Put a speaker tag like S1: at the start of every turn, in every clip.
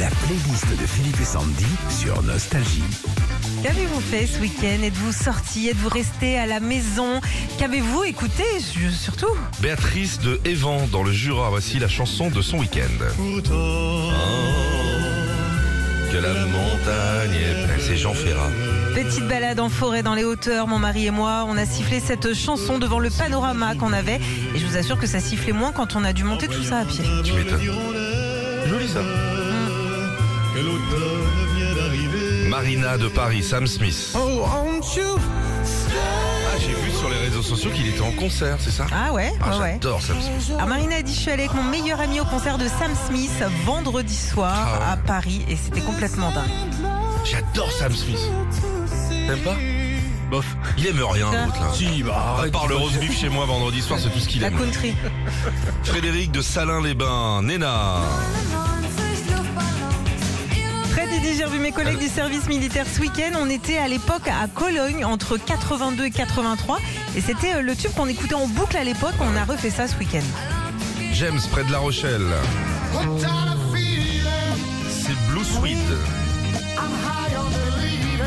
S1: La playlist de Philippe et Sandy sur Nostalgie.
S2: Qu'avez-vous fait ce week-end Êtes-vous sorti Êtes-vous resté à la maison Qu'avez-vous écouté su- surtout
S3: Béatrice de Evan dans le Jura, voici la chanson de son week-end. que la montagne est belle, c'est Jean Ferrat.
S2: Petite balade en forêt dans les hauteurs, mon mari et moi, on a sifflé cette chanson devant le panorama qu'on avait et je vous assure que ça sifflait moins quand on a dû monter tout ça à pied.
S3: Tu m'étonnes. Joli ça. Marina de Paris, Sam Smith.
S2: Oh,
S3: Ah, j'ai vu sur les réseaux sociaux qu'il était en concert, c'est ça
S2: Ah ouais,
S3: Ah,
S2: ouais, ouais.
S3: j'adore Sam Smith.
S2: Alors Marina a dit je suis allée avec mon meilleur ami au concert de Sam Smith vendredi soir
S3: Ah ouais.
S2: à Paris et c'était complètement dingue.
S3: J'adore Sam Smith. T'aimes pas
S4: Bof.
S3: Il aime rien
S2: Ça.
S3: l'autre là.
S4: Si, bah
S3: À part le roast beef chez moi vendredi soir, c'est tout ce qu'il
S2: La
S3: aime.
S2: country.
S3: Frédéric de Salins-les-Bains, Néna.
S2: Très Didi, j'ai revu mes collègues du service militaire ce week-end. On était à l'époque à Cologne entre 82 et 83. Et c'était euh, le tube qu'on écoutait en boucle à l'époque. On a refait ça ce week-end.
S3: James près de La Rochelle. C'est Blue Sweet.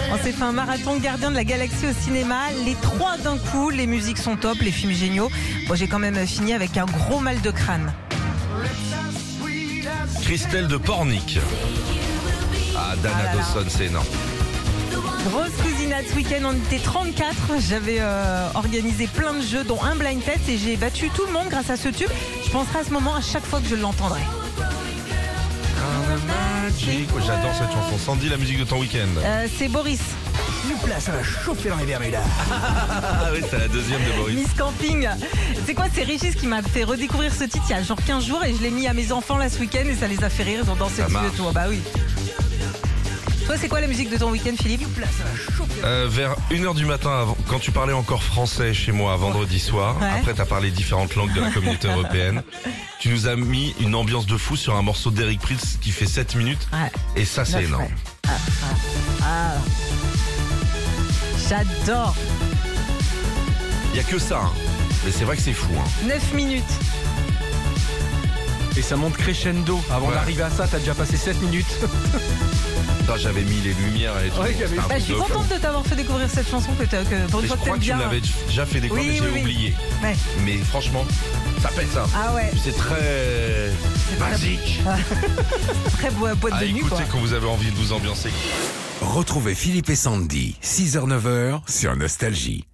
S2: On s'est fait un marathon gardien de la galaxie au cinéma. Les trois d'un coup, les musiques sont top, les films géniaux. Moi, j'ai quand même euh, fini avec un gros mal de crâne.
S3: Christelle de Pornic. Ah, Dana
S2: Ah là là.
S3: Dawson, c'est énorme.
S2: Grosse cousinade ce week-end, on était 34. J'avais euh, organisé plein de jeux, dont un blind test, et j'ai battu tout le monde grâce à ce tube. Je penserai à ce moment à chaque fois que je l'entendrai.
S3: Oh, J'adore cette chanson. Sandy, la musique de ton week-end.
S2: Euh, C'est Boris,
S1: Là, ça va chauffer dans les Bermudas.
S3: Ah oui, c'est la deuxième de Boris.
S2: Miss Camping. C'est quoi C'est Régis qui m'a fait redécouvrir ce titre il y a genre 15 jours et je l'ai mis à mes enfants là ce week-end et ça les a fait rire, ils ont dansé
S3: Ça
S2: dessus
S3: marche.
S2: et tout. Ah Bah oui. Toi, c'est quoi la musique de ton week-end, Philippe
S3: Euh, vers 1h du matin, avant- quand tu parlais encore français chez moi vendredi soir,
S2: Ouais.
S3: après t'as parlé différentes langues de la communauté européenne, tu nous as mis une ambiance de fou sur un morceau d'Eric Pritz qui fait 7 minutes,
S2: Ouais.
S3: et ça c'est
S2: Neuf,
S3: énorme.
S2: ouais. Ah, ah, ah. J'adore.
S3: Il y a que ça, hein. mais c'est vrai que c'est fou. Hein.
S2: 9 minutes.
S4: Et ça monte crescendo. Avant
S3: Ouais.
S4: d'arriver à ça, t'as déjà passé 7 minutes.
S3: Putain, J'avais mis les lumières et tout.
S4: Ouais, il y avait-
S3: C'était un
S2: Bah,
S3: truc
S2: je suis
S3: de fou.
S2: contente de t'avoir fait découvrir cette chanson que, t'as- que pour une fois que
S3: Mais je crois
S2: t'aimes
S3: que tu
S2: bien.
S3: me l'avais déjà fait découvrir,
S2: Oui,
S3: mais j'ai
S2: oui, oui.
S3: oublié.
S2: Ouais.
S3: Mais franchement, ça pète ça.
S2: Ah ouais,
S3: C'est très basique.
S2: très beau boîte
S3: À
S2: de nuit quoi.
S3: écouter quand vous avez envie de vous ambiancer.
S1: Retrouvez Philippe et Sandy, 6h-9h sur Nostalgie.